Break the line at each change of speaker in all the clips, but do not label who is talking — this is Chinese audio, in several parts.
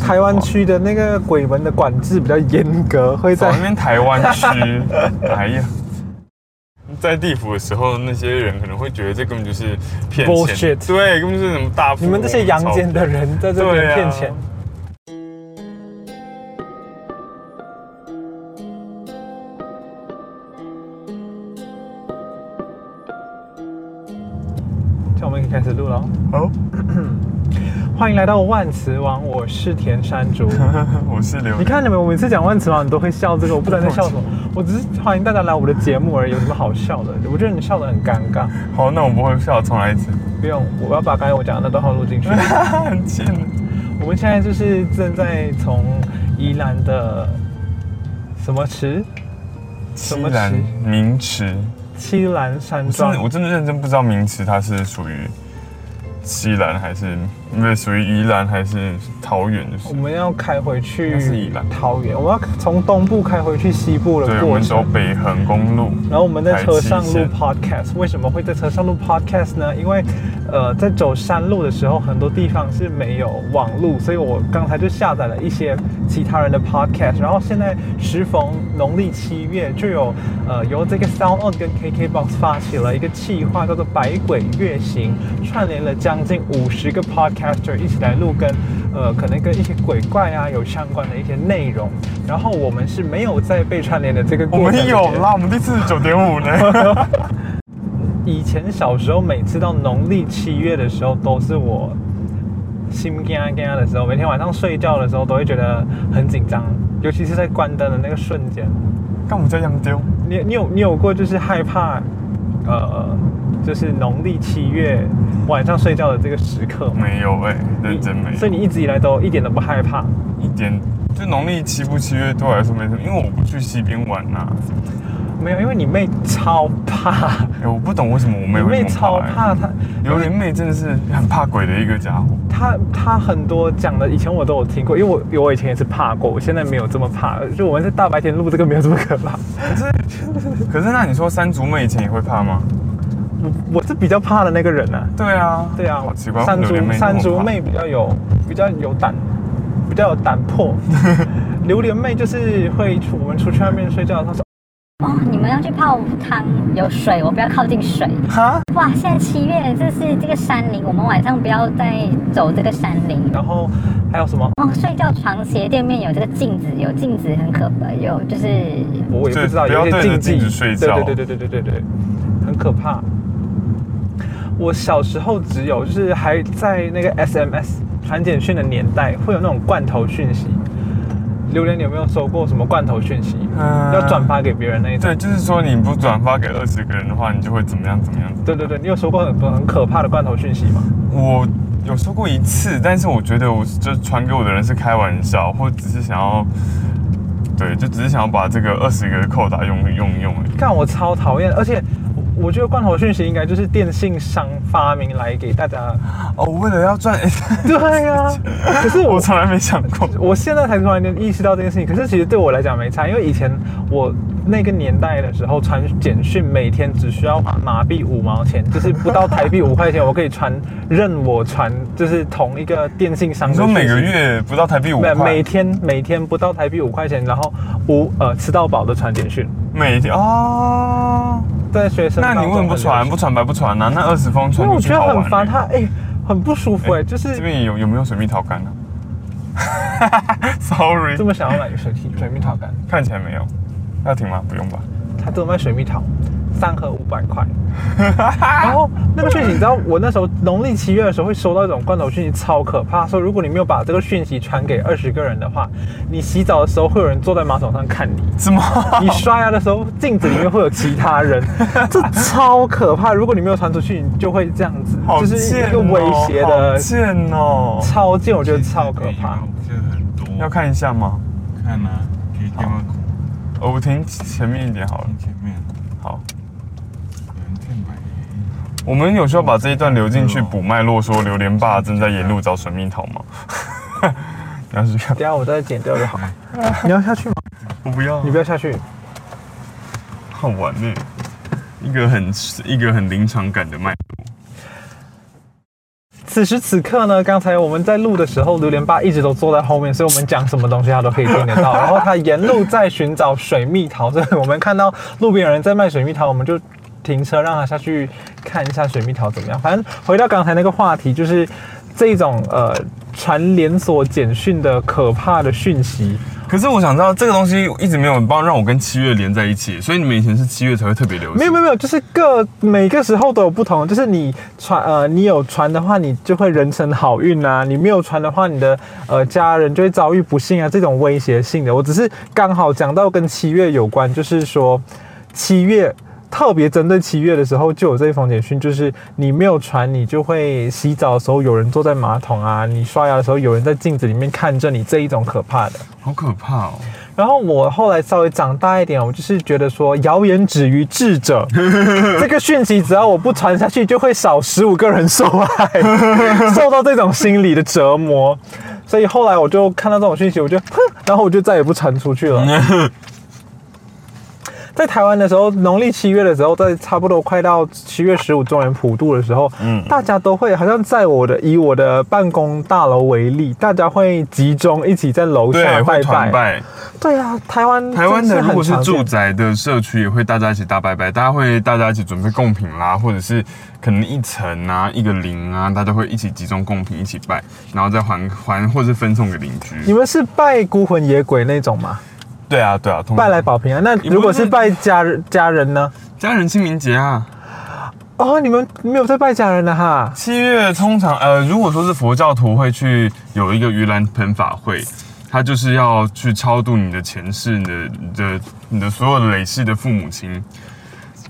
台湾区的那个鬼门的管制比较严格，会
在
在
哦那边台湾区，哎 呀，在地府的时候，那些人可能会觉得这根本就是骗钱
Bullshit
对，根本就是什么大富 翁
你们这些阳间的人在这
对
边
啊
骗钱。这样我们可以开始录了哦。
哦，
欢迎来到万磁王，我是田山 竹。
我是刘
你，看你们，我每次讲万磁王，你都会笑这个，我不知道你在笑什么。 我只是欢迎大家来我的节目而已，有什么好笑的？我觉得你笑得很尴尬。
好，那我不会笑，重来 一次，
不用，我要把刚才我讲的那段话录进 去。
很贱。
我们现在就是正在从宜兰的什么池？
西
什么
兰
池
名池，
七兰山
我真的
庄
我。真的认真不知道名池它是属于西兰还是因为属于宜兰还是桃园，就是
我们要开回
应该是宜
去
兰
桃园，我们要从东部开回去西部
对，我
的过
们走
程。
北横公路，
然后我们在车上
台七
录
线
podcast，为什么会在车上录 podcast 呢？因为，呃，在走山路的时候，很多地方是没有网路，所以我刚才就下载了一些其他人的 podcast。然后现在时逢农历七月，就有呃由这个 SoundOn 跟 KKBox 发起了一个企划，叫做“百鬼月行”，串联了将近五十个 podcaster 一起来录跟呃可能跟一些鬼怪啊有相关的一些内容。然后我们是没有在被串联的这个
我
过程里
们
面。
有啦，我们第四十九点 五呢。
以前小时候，每次到农历七月的时候，都是我心惊惊的时候。每天晚上睡觉的时候，都会觉得很紧张，尤其是在关灯的那个瞬间。
干我叫杨丢，
你你有你有过就是害怕，呃，就是农历七月晚上睡觉的这个时刻吗？
没有哎、认真没有。
所以你一直以来都一点都不害怕。
一点就农历七不七月对我来说没什么，因为我不去西边玩呐、
没有，因为你妹超怕，
哎、我不懂为什么我没
你
有那
妹
么
超
欸
怕她。
榴莲妹真的是很怕鬼的一个家伙。
他他很多讲的，以前我都有听过，因为我我以前也是怕过，我现在没有这么怕了。就我们在大白天录这个没有这么可怕，
可是，可是那你说山竹妹以前也会怕吗？
我我是比较怕的那个人啊。
对啊，
对啊
好，奇怪，
山
榴莲
竹
妹
山
那么
竹
怕
妹比较有比较有胆，比较有胆 魄。榴莲妹就是会出我们出去外面睡觉，她说
哦，你们要去泡汤，有水，我不要靠近水。
哈，
哇，现在七月，这是这个山林，我们晚上不要再走这个山林。
然后还有什么？
哦，睡觉床斜对面有这个镜子，有镜子很可怕，有就是
我也不知道，
就
有
不要
些
对着
禁忌，
镜子睡觉
对对对对对对对，很可怕。我小时候只有就是还在那个 SMS 传简讯的年代，会有那种罐头讯息。榴莲，你有没有收过什么罐头讯息？
嗯
要转发给别人那一种。
对，就是说你不转发给二十个人的话，你就会怎么样怎么样。
对对对，你有收过很多很可怕的罐头讯息吗？
我有说过一次，但是我觉得我就传给我的人是开玩笑，或只是想要，对，就只是想要把这个二十个扣打用用用而已。
看我超讨厌，而且我我觉得罐头讯息应该就是电信商发明来给 大家。
哦，为了要赚，
对呀、可是
我
我
从来没想过。
我现在才突然间意识到这件事情，可是其实对我来讲没差，因为以前我那个年代的时候传简讯，每天只需要马币五毛钱，就是不到台币五块钱，我可以传任我传，就是同一个电信商
你
的
说
讯息。
每个月不到台币五
每
块，
每天每天不到台币五块钱，然后无呃吃到饱的传简讯，
每天哦，
在学生
那你为什么不传？不
不？
传白不传啊？那二十封
因
传
为我
出去
觉得
好玩欸、
很烦，他哎、很不舒服哎、就是
这边有有没有水蜜桃干呢、啊、？Sorry，
这么想要买水蜜水蜜桃干，
看起来没有，要停吗？不用吧。
他都有卖水蜜桃，三盒五百块。然后那个讯息，你知道我那时候农历七月的时候会收到一种罐头讯息，超可怕。说如果你没有把这个讯息传给二十个人的话，你洗澡的时候会有人坐在马桶上看你，
怎么？
你刷牙的时候镜子里面会有其 他人，这超可怕。如果你没有传出去，你就会这样子，
好
就
贱、哦，
是一个威胁
好
的，
贱哦。
超贱，我觉得超可怕。
现在很多，
要看一下吗？
看啊，可以电话
哦我停前面一点好了。
听前面
好，
有人骗买耶，
我们有需要把这一段留进去补脉络，说榴莲爸正在沿路找水蜜桃吗？ 你要是看，
等一下我再剪掉 就好。你要下去吗？
我不要啊，
你不要下去。
好玩呢、一个很一个很临场感的脉络。
此时此刻呢，刚才我们在录的时候，榴莲爸一直都坐在后面，所以我们讲什么东西他都可以听得到。然后他沿路在寻找水蜜桃，所以我们看到路边有人在卖水蜜桃，我们就停车让他下去看一下水蜜桃怎么样。反正回到刚才那个话题，就是这种呃传连锁简讯的可怕的讯息。
可是我想知道这个东西一直没有帮让我跟七月连在一起，所以你们以前是七月才会特别流行。
没有没有没有，就是各每个时候都有不同，就是你传呃，你有传的话，你就会人成好运啊；你没有传的话，你的呃家人就会遭遇不幸啊，这种威胁性的。我只是刚好讲到跟七月有关，就是说七月。特别针对七月的时候，就有这一封简讯，就是你没有传，你就会洗澡的时候有人坐在马桶啊，你刷牙的时候有人在镜子里面看着你，这一种可怕的。
好可怕 哦！
然后我后来稍微长大一点，我就是觉得说，谣言止于智 者，这个讯息只要我不传下去，就会少十五个人 受害，受到这种心理的折磨。所以后来我就看到这种讯息，我就哼，然后我就再也不传出去
嗯
了。在台湾的时候，农历七月的时候，在差不多快到七月十五中元普渡的时候，嗯，大家都会好像在我的以我的办公大楼为例，大家会集中一起在楼
对，
下
会
拜
团
拜。
拜。
对啊，台湾
台湾的
真
如
很
果是
常见
住宅的社区，也会大家一起大拜拜，大家会大家一起准备贡品啦，或者是可能一层啊、一个零啊，大家会一起集中贡品一起拜，然后再还还或是分送给邻
你
居。
们是拜孤魂野鬼那种吗？
对啊，对啊，通常
拜来保平安。那如果是拜家人家人呢？
家人清明节啊，
哦，你们没有在拜家人的啊哈？
七月通常呃，如果说是佛教徒会去有一个盂兰盆法会，他就是要去超度你的前世、你的、你的、你的所有的累世的父母亲，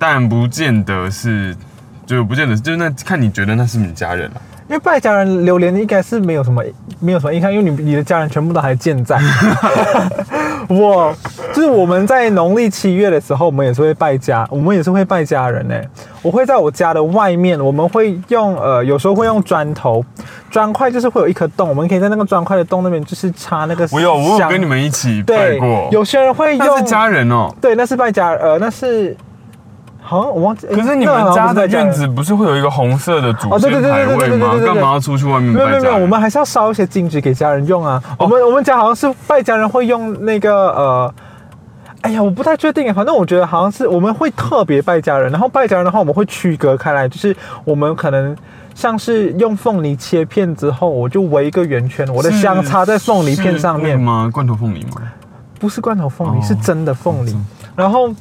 但不见得是，就不见得是就是那看你觉得那是你家人了、
因为拜家人榴莲应该是没有什么没有什么印象，因为你你的家人全部都还健在。 我就是我们在农历七月的时候，我们也是会拜家，我们也是会拜家人呢、我会在我家的外面，我们会用呃，有时候会用砖头，砖块就是会有一颗洞，我们可以在那个砖块的洞那边就是插那个香。
我有我有跟你们一起拜
对
过，，
有些人会
那是
用
家人哦。
对，那是拜家，呃，那是好像我忘记。哎
可是你
那好
们
像
家
不是
的
拜人
院子不是会有一个红色的祖
哦对
先
对对
牌
对对
位
对对
吗？
对对对
干嘛要出去外面
没有
拜
没
家哦
有没有，
人？
我们还是要烧一些金纸给家人用啊。我们我们家好像是拜家人会用那个呃，哎呀，我不太确定，反正我觉得好像是我们会特别拜家人，然后拜家人的话，我们会区隔开来，就是我们可能。像是用凤梨切片之后，我就围一个圆圈，我的
是
香插在凤梨片上
是那
面
个。吗？罐头凤梨吗？
不是罐头凤梨，
哦
是真的凤梨。然后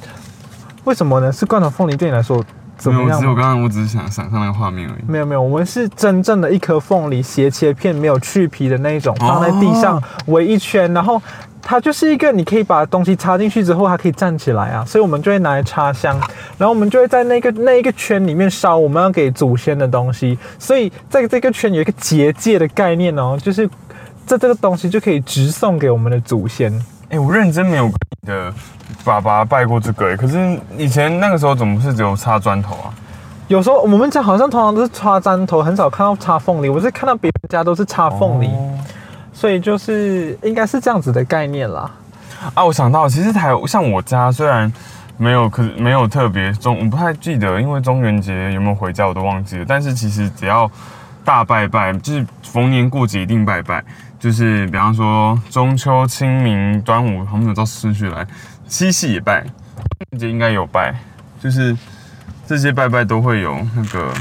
为什么呢？是罐头凤梨对你来说怎
没有，
么
我
样
只有
吗？
刚刚我只是想想象那个画面而已。
没有没有，我们是真正的一颗凤梨斜切片，没有去皮的那一种，放在地上围一圈，然后它就是一个你可以把东西插进去之后，它可以站起来啊，所以我们就会拿来插香，然后我们就会在那个那一个圈里面烧我们要给祖先的东西，所以在这个圈有一个结界的概念哦，就是这这个东西就可以直送给我们的祖先。
哎、我认真没有跟你的爸爸拜过这个、欸，可是以前那个时候怎么是只有插砖头啊？
有时候我们家好像通常都是插砖头，很少看到插凤梨。我是看到别人家都是插凤梨，
哦
所以就是应该是这样子的概念啦。
啊，我想到，其实台像我家虽然没有，可没有特别中，我不太记得，因为中元节有没有回家我都忘记了。但是其实只要大拜拜，就是逢年过节一定拜拜，就是比方说中秋、清明、端午，他们有照顺序来，七夕也拜，中元节应该有拜，就是这些拜拜都会有那个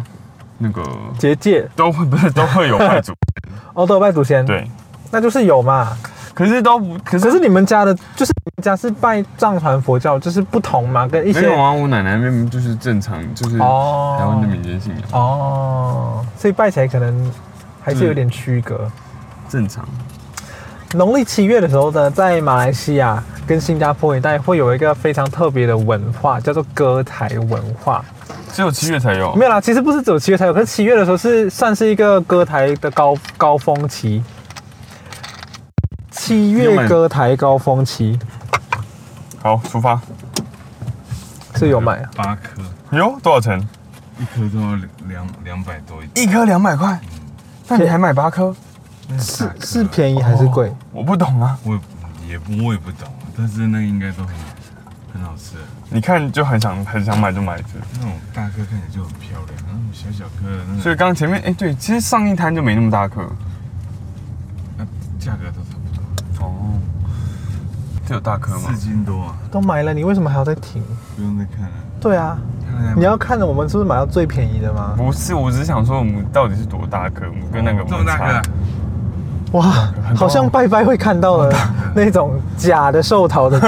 那个。
结界
都会不是都会有拜祖，
哦，都有拜祖先，，
对，
那就是有嘛。
可是都不，可是
可是你们家的，就是你们家是拜藏传佛教，就是不同嘛，跟一
没
些
有啊，我奶奶那边就是正常，就是台
哦
湾的民间信仰，
哦，所以拜起来可能还是有点区隔。
正常。
农历七月的时候呢，在马来西亚跟新加坡一带会有一个非常特别的文化，叫做歌台文化。
只有七月才有
没，有啦，其实不是只有七月才有，可是七月的时候是算是一个歌台的高高峰期。七月歌台高峰期
好，出发。
是有买啊，
八颗，
哟，多少钱？
一颗都要两两两百多一点，
一颗两百块，那你还买八颗？
那
是
大颗
是便宜还是贵？
我不懂啊。
我也不我也不懂，但是那应该都很很好吃。
你看就很想很想买就买一只。
那种大颗看起来就很漂亮，那种小小颗的那
所
种，
以刚前面哎、对，其实上一摊就没那么大颗。
那价格都差不多，
哦，这有大颗吗
四？斤多啊，
都买了，你为什么还要再停？
不用再看了。
对啊，
看
你要看的我们是不是买到最便宜的吗？
不是，我只是想说我们到底是多哦大颗，我们跟那个有没
这
有
么大
差
颗、啊，
哇，好像拜拜会看到的那种假的寿桃 的，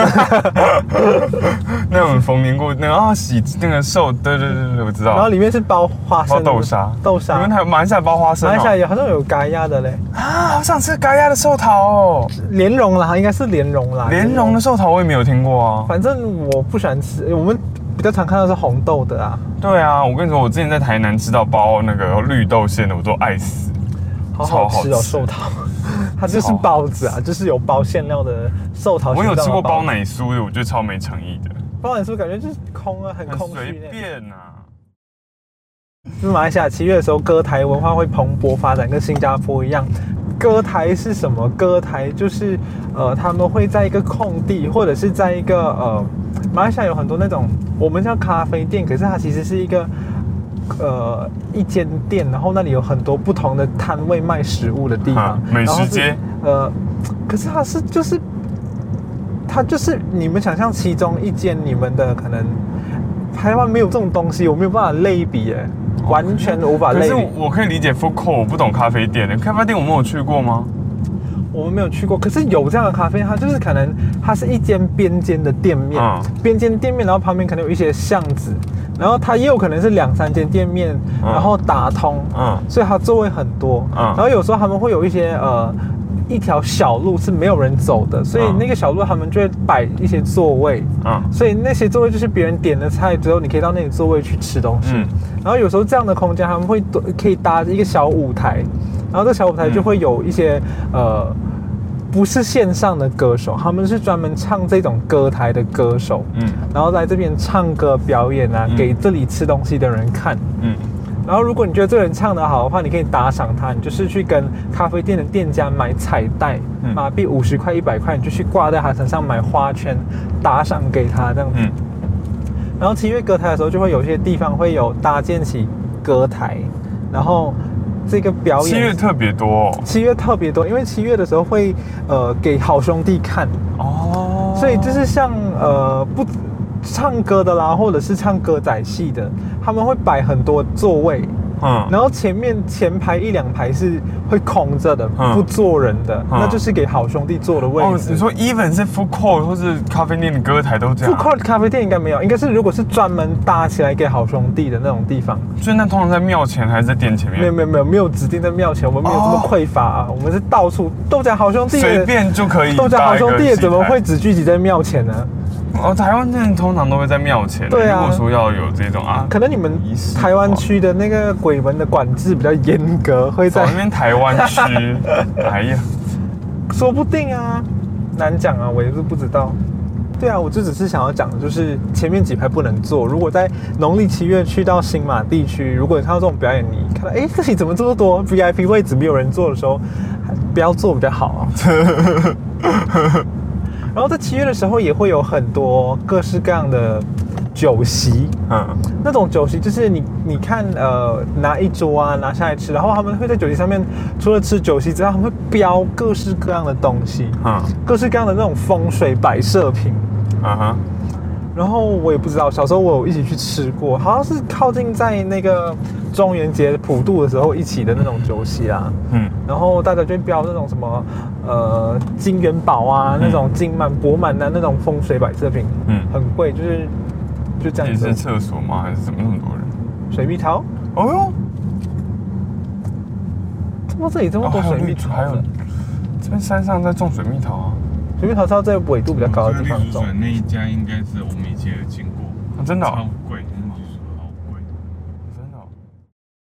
那我们逢年过那个啊喜那个寿，对对对对，我知道。
然后里面是包花
包
生的
豆沙，
哦豆
你
沙
们。台马来西亚包花生、哦，
马来西亚有好像有嘎鸭的嘞，
啊，好想吃嘎亚的寿桃哦，
莲蓉啦，应该是莲蓉啦。
莲蓉的，寿桃我也没有听过啊。
反正我不喜欢吃，我们比较常看到是红豆的啊，
对啊，我跟你说，我之前在台南吃到包那个绿豆馅的，我都爱死。
好好吃
超好
哦，
吃
寿桃。 它就是
超好
包子啊，就是有包馅料的寿桃。
我有吃过包
奶。
奶酥的，我觉得超没诚意的，
包奶酥感觉就是空啊，很
很
空
随
虚那样。
便啊。
就是马来西亚七月的时候，歌台文化会蓬勃发展，跟新加坡一样。歌台是什么？歌台就是呃，他们会在一个空地，或者是在一个呃，马来西亚有很多那种我们叫咖啡店，可是它其实是一个呃一间店，然后那里有很多不同的摊位卖食物的地方
啊，美食
然后是
街。
呃，可是它是就是它就是你们想象其中一间你们的可能台湾没有这种东西，我没有办法类比哎、完全无法
哦可
类
是
比。
我可以理解 food court，我不懂咖啡店的，咖啡店我们有去过吗？
我们没有去过，可是有这样的咖啡，它就是可能它是一间边间的店面
嗯，
边间店面，然后旁边可能有一些巷子，然后它也有可能是两三间店面，
嗯
然后打通，
嗯
所以它座位很多，
嗯
然后有时候他们会有一些呃。一条小路是没有人走的，所以
嗯
那个小路他们就会摆一些座位，
嗯
所以那些座位就是别人点了菜之后，你可以到那里座位去吃东西。
嗯
然后有时候这样的空间，他们会多可以搭一个小舞台，然后这小舞台就会有一些、呃，不是线上的歌手，他们是专门唱这种歌台的歌手，
嗯
然后来这边唱歌表演啊，
嗯
给这里吃东西的人看。
嗯，
然后如果你觉得这个人唱得好的话，你可以打赏他，你就是去跟咖啡店的店家买彩带，
嗯
马币五十块、一百块，你就去挂在他身上买花圈，打赏给他这样子。
嗯
然后七月歌台的时候，就会有一些地方会有搭建起歌台，然后这个表演
七月特别多哦
七月特别多，因为七月的时候会呃给好兄弟看，
哦，
所以就是像呃不唱歌的啦，或者是唱歌仔戏的，他们会摆很多座位，
嗯
然后前面前排一两排是会空着的，
嗯
不坐人的，
嗯
那就是给好兄弟坐的位
哦，
置。
你说 even 是 food court 或是咖啡店的歌台都这
f o
样
o d，court 咖啡店应该没有，应该是如果是专门搭起来给好兄弟的那种地方。
所以那通常在庙前还是在店前
没有
面，
没有没有没有指定在庙前，我们没有这么匮乏啊，我们是到处豆角好兄弟也
哦随便就可以
豆角
搭
好
一个
兄弟也怎么
祭台
会只聚集在庙前呢？
哦，台湾人通常都会在庙前。
对啊
如果说要有这种啊，
可能你们
仪式化
台湾区的那个鬼门的管制比较严格，会
在
在
那边台湾区，
啊
哎呀，
说不定啊，难讲啊，我也是不知道。对啊，我就只是想要讲的就是前面几排不能坐。如果在农历七月去到新马地区，如果你看到这种表演，你看到哎这里怎么这么多 VIP 位置没有人坐的时候，还不要坐比较好啊。 然后在七月的时候也会有很多各式各样的酒席，
嗯，
那种酒席就是你你看呃拿一桌啊拿下来吃，然后他们会在酒席上面除了吃酒席之外，他们会标各式各样的东西，
嗯
各式各样的那种风水摆设品。
嗯哼，
然后我也不知道，小时候我有一起去吃过，好像是靠近在那个中元节普渡的时候一起的那种酒席啊。
嗯
然后大家就会标那种什么呃金元宝啊，那种金满钵满啊的那种风水摆设品，
嗯，
很贵，就是就这
这
样
里嗯是
子。
厕所吗？还是怎么那么多人？
水蜜桃。
哦哟，
怎么这里这么
哦
多
还有
水蜜
绿
桃
竹，
呢？
还有这边山上在种水蜜桃啊，
水蜜桃是要在纬度比较高的地
我
方
觉得
种
绿竹。笋那一家应该是我们以前有经过，
啊真的哦
超贵，那绿竹笋好贵。
真的哦。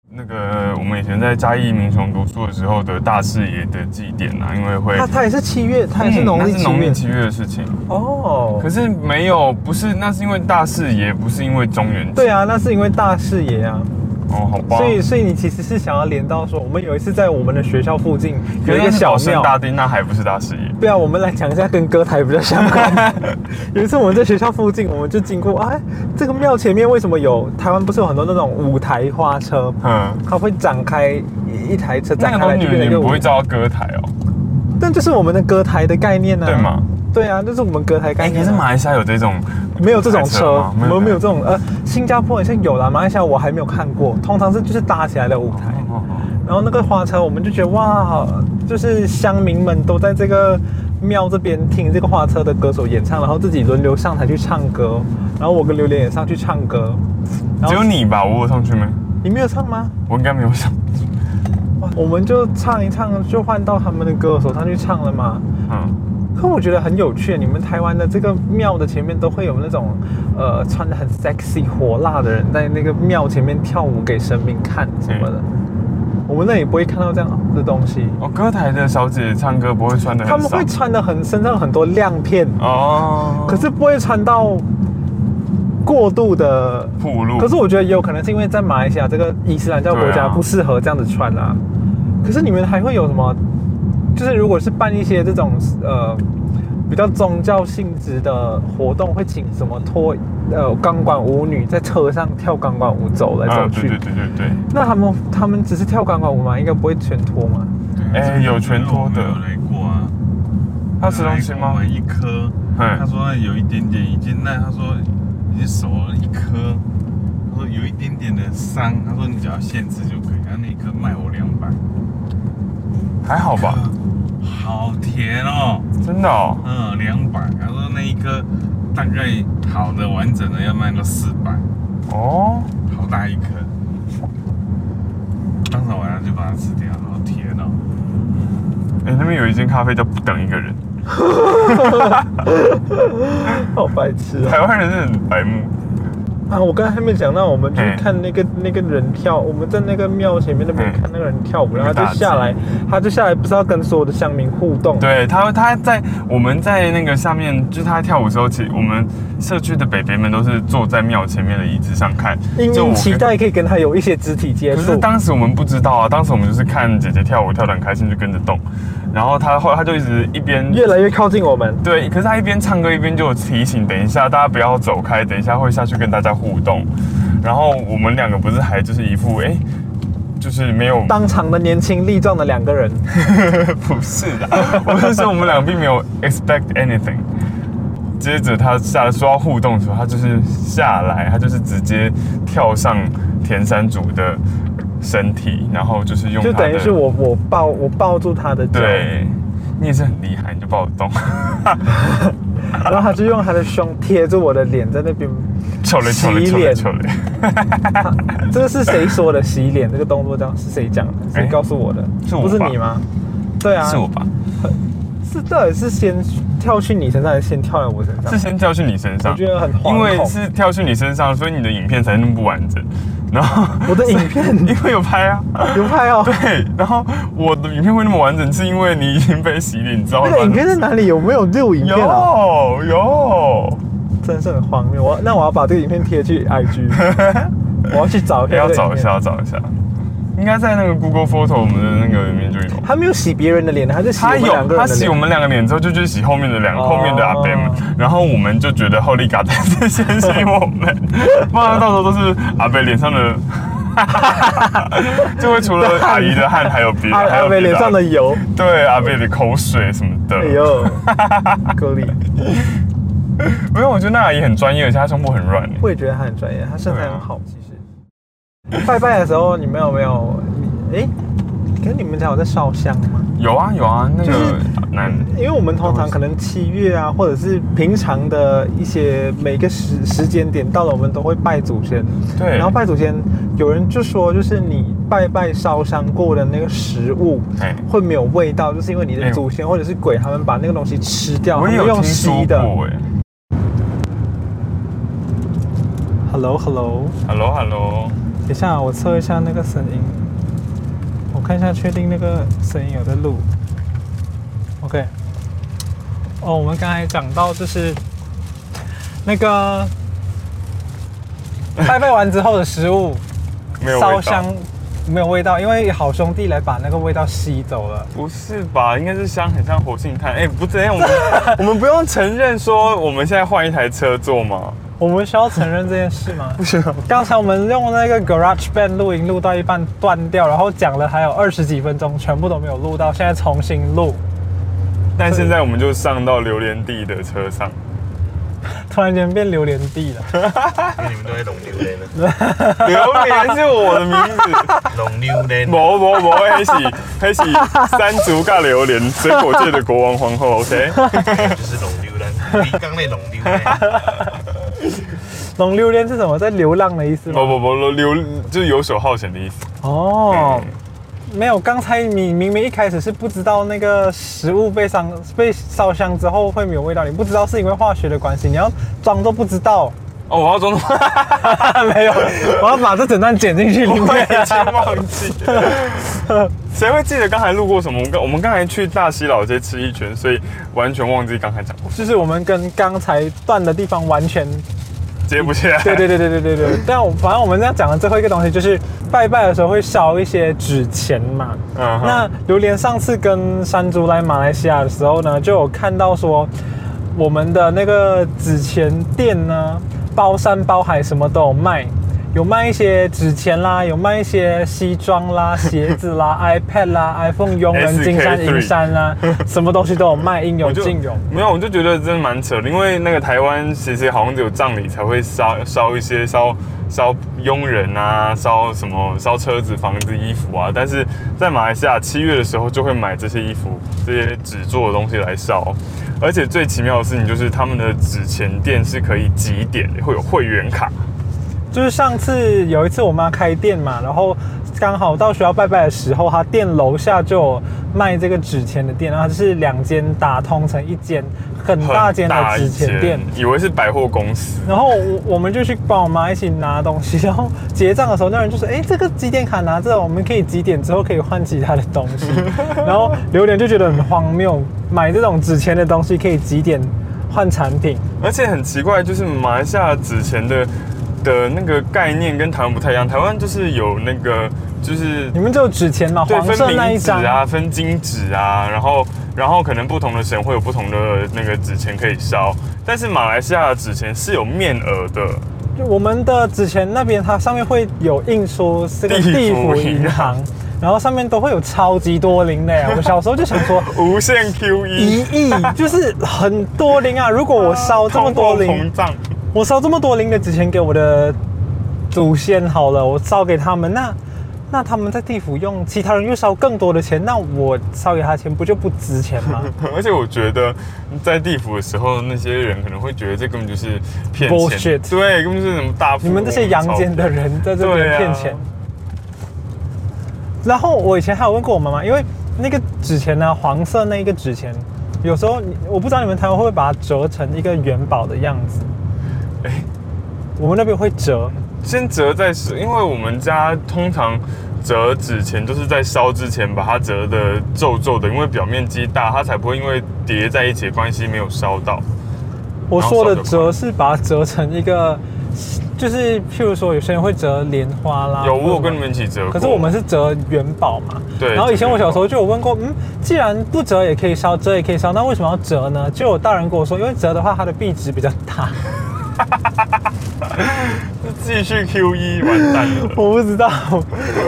那个我们以前在嘉义民雄读书的时候的大士爷的祭典啊，因为会
它它也是七月，它也是农历
嗯那
七
是农
月
历七月的事情。
哦
可。是没有，不是，那是因为大士爷，不是因为中原节。
对啊，那是因为大视野啊。
哦，好吧。
所以，所以你其实是想要连到说，我们有一次在我们的学校附近
可
有一
是
个
那是
小
保生
庙，
大帝，那还不是大事业？
对啊，我们来讲一下跟歌台比较相关。 有一次我们在学校附近，我们就经过，哎，这个庙前面为什么有台湾不是有很多那种舞台花车？
嗯，
它会展开一一台车
那
展
个
开
东
来
西
就变
你
成一个
们不
舞
会，叫到歌台哦，
但就是我们的歌台的概念呢、啊？
对？吗？
对啊，就是我们歌台概
哎，
念啊、
可是马来西亚有这种
没有这种
台
车
吗，
我们没有这种。呃，新加坡好像有啦，马来西亚我还没有看过。通常是就是搭起来的舞台，
哦哦哦
然后那个花车，我们就觉得哇，好就是乡民们都在这个庙这边听这个花车的歌手演唱，然后自己轮流上台去唱歌。然后我跟榴莲也上去唱歌，然后
只有你吧？我有上去没？
你没有唱吗？
我应该没有上。
哇我们就唱一唱，就换到他们的歌手上去唱了嘛。
嗯，
可我觉得很有趣，你们台湾的这个庙的前面都会有那种，呃，穿的很 sexy 火辣的人在那个庙前面跳舞给神明看什么的，
嗯
我们那里不会看到这样的东西。
哦，歌台的小姐唱歌不会穿的很
他们会
少
穿的很身上很多亮片，
哦，
可是不会穿到过度的。
铺路，
可是我觉得也有可能是因为在马来西亚这个伊斯兰教国
对
家
啊
不适合这样子穿啊。可是你们还会有什么？就是如果是办一些这种呃比较宗教性质的活动，会请什么脱呃钢管舞女在车上跳钢管舞走来走
啊，
去。
对对对对对。
那他们他们只是跳钢管舞吗？应该不会全 脱吗？
对
哎有全脱的
我有来过啊。
他吃东西吗
我？们一颗，
嗯
他说有一点点已经烂，他说已经熟了一颗，他说有一点点的伤，他说你只要限制就可以，他那一颗卖我两百，
还好吧，
好甜哦，
真的哦。
嗯，两百，他说那一颗大概好的完整的要卖到四百，
哦，
好大一颗，当场晚上就把它吃掉，好甜哦，
哎、那边有一间咖啡叫不等一个人，
好白痴啊！
台湾人是很白目。
啊，我刚才还没讲到，我们去
嗯
看那个那个人跳，我们在那个庙前面那边
嗯
看那个人跳舞，然后
那个
他
大
就下来，他就下来，不是要跟所有的乡民互动，
嗯对他，他在我们在那个下面，就是他跳舞的时候，其实我们社区的北北们都是坐在庙前面的椅子上看，
殷
就我
殷
跟
期。待可以跟他有一些肢体接
可是
触。
当时我们不知道啊，当时我们就是看姐姐跳舞跳得很开心，就跟着动。然后他后来他就一直一边
越来越靠近我们，
对，可是他一边唱歌一边就有提醒，等一下大家不要走开，等一下会下去跟大家互动。然后我们两个不是还就是一副哎、诶就是没有
当场的年轻力壮的两个人，
嗯 不是的，我是说我们俩并没有 expect anything。接着他下说要互动的时候，他就是下来，他就是直接跳上田山竹的身体，然后就是用
就
他
等于
的
是我我抱我抱住他的脚，
对，你也是很厉害，你就抱得 动，
然后他就用他的胸贴住我的脸，在那边，
求了求了
洗
求了
脸
求了，
这个是谁说的？洗脸这个动作，这样是谁讲的？谁
哎
告诉我的？
是我
不是
吧
你吗？对啊，
是我吧？
是到底是先跳去你身上，还是先跳在我身上
是？先跳去你身上，
我觉得很惶恐
因为是跳去你身上，所以你的影片才那么不完整。然 后
我的影片
因为有拍啊，
有 拍哦。
对，然后我的影片会那么完整，是因为你已经被洗脸，你知道吗
那？个影片在哪里？有没有录影
有
片啊？
有，
真是很荒谬。我那我要把这个影片贴去 IG，我要去找一下。
要找一下，。要找一下，应该在那个 Google Photo 我们的那个里面就有。
他没有洗别人的脸，他是洗我
他
们两个
有，他
人的
洗我
脸。
们两个脸之后，就去洗后面的两
哦
后面的阿伯们，然后我们就觉得后力嘎在先洗我 们，不然到时候都是阿伯脸上的， 就会除了阿姨的啊汗，还有别
阿
还有别
阿伟脸上的
阿
油，
对阿伯的口水什么的。
哎 呦，够力！
没有，我觉得那阿姨很专业，而且她胸部很软。
我也觉得他很专业，他身材很
啊
好。其实拜拜的时候，你们有没有？你哎，可是你们家有在烧香吗？
有啊有啊，那
就
个
是
男，
因为我们通常可能七月啊，或者是平常的一些每个时时间点到了，我们都会拜祖先。
对
然后拜祖先，有人就说，就是你拜拜烧伤过的那个食物
哎
会没有味道，就是因为你的
哎
祖先或者是鬼他们把那个东西吃掉，
我
他
也
们
有
用
听
吸
说
的。
过哎、
Hello Hello，
Hello Hello，
等一下我测一下那个声音，我看一下确定那个声音有在录。OK，哦，我们刚才讲到就是那个拜拜完之后的食物，
没有味道
烧香没有味道，因为好兄弟来把那个味道吸走了。
不是吧？应该是香，很像活性炭。哎、不这样， 我们我们不用承认说我们现在换一台车坐吗？
我们需要承认这件事 吗？不
需要。
刚才我们用那个 Garage Band 录音录到一半断掉，然后讲了还有二十几分钟，全部都没有录到，现在重新录。
但现在我们就上到榴莲地的车上，
突然间变榴莲地 了，
因为 你们都在弄榴莲呢，
榴莲是我的名字。
弄榴莲。
某某某黑喜黑喜山竹尬榴莲，水果界的国王皇后。OK，
就是龙溜人，你刚那龙溜人，
龙榴莲是什么？在流浪的意思
某
吗？
某某榴就是游手好闲的意思。
哦，没有，刚才你明明一开始是不知道那个食物被烧被烧香之后会没有味道，你不知道是因为化学的关系，你要装作不知道。
哦，我要装作
没有，我要把这整段剪进去里面。
已经忘记了，谁会记得刚才路过什么？我们刚我们刚才去大溪老街吃一圈，所以完全忘记刚才讲过，
就是我们跟刚才断的地方完全
接不起来。
对对对对对对对。但我反正我们这样讲的最后一个东西就是拜拜的时候会烧一些纸钱嘛。
嗯哼
那榴莲上次跟山竹来马来西亚的时候呢，就有看到说我们的那个纸钱店呢，包山包海什么都有卖。有卖一些纸钱啦，有卖一些西装啦、鞋子 啦、iPad 啦、iPhone 佣人
SK3
金山银山啦，什么东西都有卖，应有
我就
尽有。
没有，我就觉得真的蛮扯的，因为那个台湾其实好像只有葬礼才会烧烧一些烧烧佣人啊，烧什么烧车子、房子、衣服啊，但是在马来西亚七月的时候就会买这些衣服、这些纸做的东西来烧，而且最奇妙的事情就是他们的纸钱店是可以集点的，会有会员卡。
就是上次有一次我妈开店嘛，然后刚好到学校拜拜的时候，她店楼下就有卖这个纸钱的店，然后就是两间打通成一间很大间的纸钱店。
很大一间以为是百货公司，
然后我我们就去帮我妈一起拿东西，然后结账的时候，那人就说：“哎，这个几点卡拿着，我们可以几点之后可以换其他的东 西。”然后榴莲就觉得很荒谬，买这种纸钱的东西可以几点换产品？
而且很奇怪，就是马来西亚纸钱的的那个概念跟台湾不太一样，台湾就是有那个就是
你们就有纸钱嘛，
对
黄色
分
那一
明纸
张
啊、分金纸啊，然后然后可能不同的省会有不同的那个纸钱可以烧，但是马来西亚的纸钱是有面额的，
就我们的纸钱那边，它上面会有印出这个
地
地
府
府
银
银
行
行，然后上面都会有超级多零的耶。我小时候就想说，
无限 QE，
一亿就是很多零啊！如果我烧这么多
通货膨
零，
胀，
我烧这么多零的纸钱给我的祖先好了，我烧给他们，那那他们在地府用，其他人又烧更多的钱，那我烧给他钱不就不值钱吗？
而且我觉得在地府的时候，那些人可能会觉得这根本就是骗钱
Bullshit
对，根本就是什么大富
你
翁
们这些阳间的人在这
对啊
边骗钱。然后我以前还有问过我妈妈，因为那个纸钱呢、黄色那一个纸钱，有时候你我不知道你们台湾会不会把它折成一个元宝的样子。
哎
我们那边会折，
先折再烧，因为我们家通常折纸钱就是在烧之前把它折的皱皱的，因为表面积大，它才不会因为叠在一起的关系没有烧到。
我说
然后
的
烧得
折是把它折成一个，就是譬如说有些人会折莲花啦。
有，
或者
我有跟你
什么
们一起折过。
啊可是我们是折元宝嘛，
对
然后以前我小时
折元
候就有问过，嗯，既然不折也可以烧，折也可以烧，那为什么要折呢？就有大人跟我说，因为折的话它的币值比较大。
继续 Q 一，完蛋 了。
我不知道。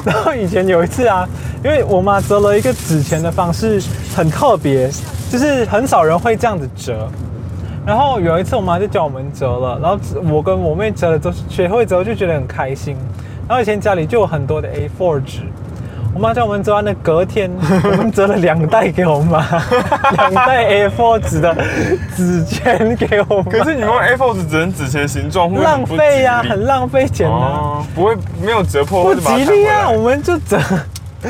然后以前有一次啊，因为我妈折了一个纸钱的方式很特别，就是很少人会这样子折。然后有一次我妈就教我们折了，然后我跟我妹折了之后，学会之后就觉得很开心。然后以前家里就有很多的 A4 纸，我妈叫我们折完的隔天，我们折了两袋给我妈，两袋 A4 纸的纸钱给我
可
妈，
是你们用 A4 纸折成纸钱的形状，会
浪费呀、很
浪
浪费钱啊。
哦，不会没有折破，
不
或者把它
吉
弹回
利啊！
来
我们就折
那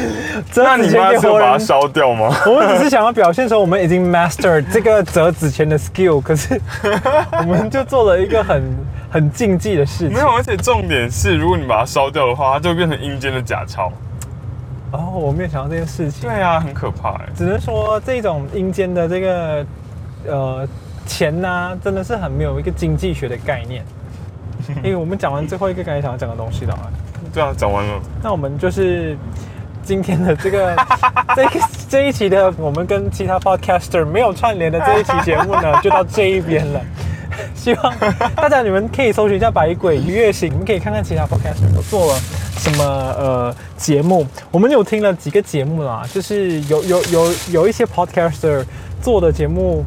折纸
你
钱
妈
给
是有
活
把它
人。
烧掉吗？
我们只是想要表现说我们已经 master 这个折纸钱的 skill，可是我们就做了一个很很禁忌的 事
没
情
有，。而且重点是，如果你把它烧掉的话，它就会变成阴间的假钞。
然后哦我没有想到这件事情
对，啊，很可怕哎、
只能说这种阴间的这个呃钱呐、真的 是很没有一个经济学的概念。因为我们讲完最后一个刚才想要讲的东西了啊，
对啊，讲完了。
那我们就是今天的这 个这一这一期的我们跟其他 podcaster 没有串联的这一期节目 呢，就到这一边了。希望大家你们可以搜寻一下《百鬼月行》，你们可以看看其他 podcaster 都做了什么呃节目。我们有听了几个节目啦，就是有有有有一些 podcaster 做的节目，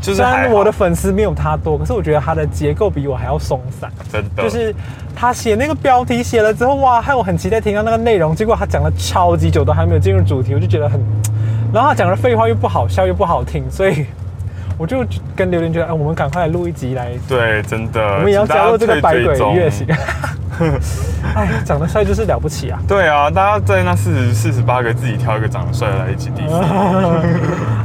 就是
虽
还
然
好
我的粉丝没有他多，可是我觉得他的结构比我还要松散。
真的
就是他写那个标题写了之后，哇，害我很期待听到那个内容。结果他讲了超级久，都还没有进入主题，我就觉得很，然后他讲的废话又不好笑又不好听，所以 我就跟榴莲觉得，哎、我们赶快来录一集来，
对，真的，
我们也要
请大家
加入这个
去
百
追
鬼
踪
月行。 哎，长得帅就是了不起啊！
对啊，大家在那四十四十八个自己挑一个长得帅的来一起比赛。
嗯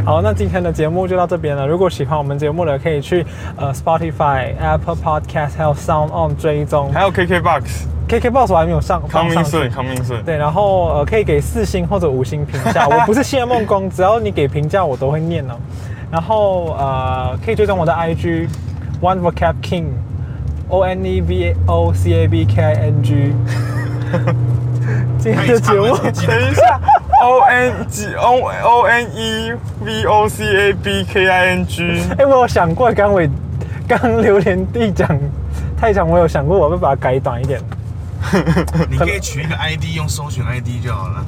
好，那今天的节目就到这边了。如果喜欢我们节目的，可以去呃 Spotify、Apple Podcast 还有 Sound On 追踪。
还有 KKBOX
KKBox 我还没有上，放上
，Coming
去
Soon，Coming Soon。
对，然后呃，可以给四星或者五星评 价。我不是谢梦工，只要你给评价，我都会念哦。然后呃，可以追踪我的 IG One Vocab King O N E V O C A B K I N G。今天的节 目
等一下，O N G O O N E V O C A B K I N G，
哎、我有想过刚伟刚榴莲弟讲太长，我有想过我会把它改短一点。
你可以取一个 ID，用搜寻 ID 就好了，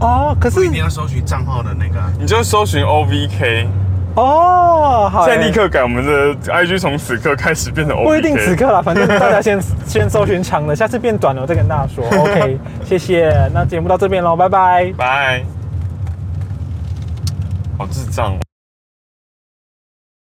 哦，可
不
是
一定要搜寻账号的那个啊。
你就搜寻 O V K，
哦，好，
现在立刻改我们的 I G，从此刻开始变成 O V K。
不一定此刻啦，反正大家先先搜寻长的，下次变短了我再跟大家说。OK，谢谢，那节目到这边喽，拜拜。
拜。好智障哦！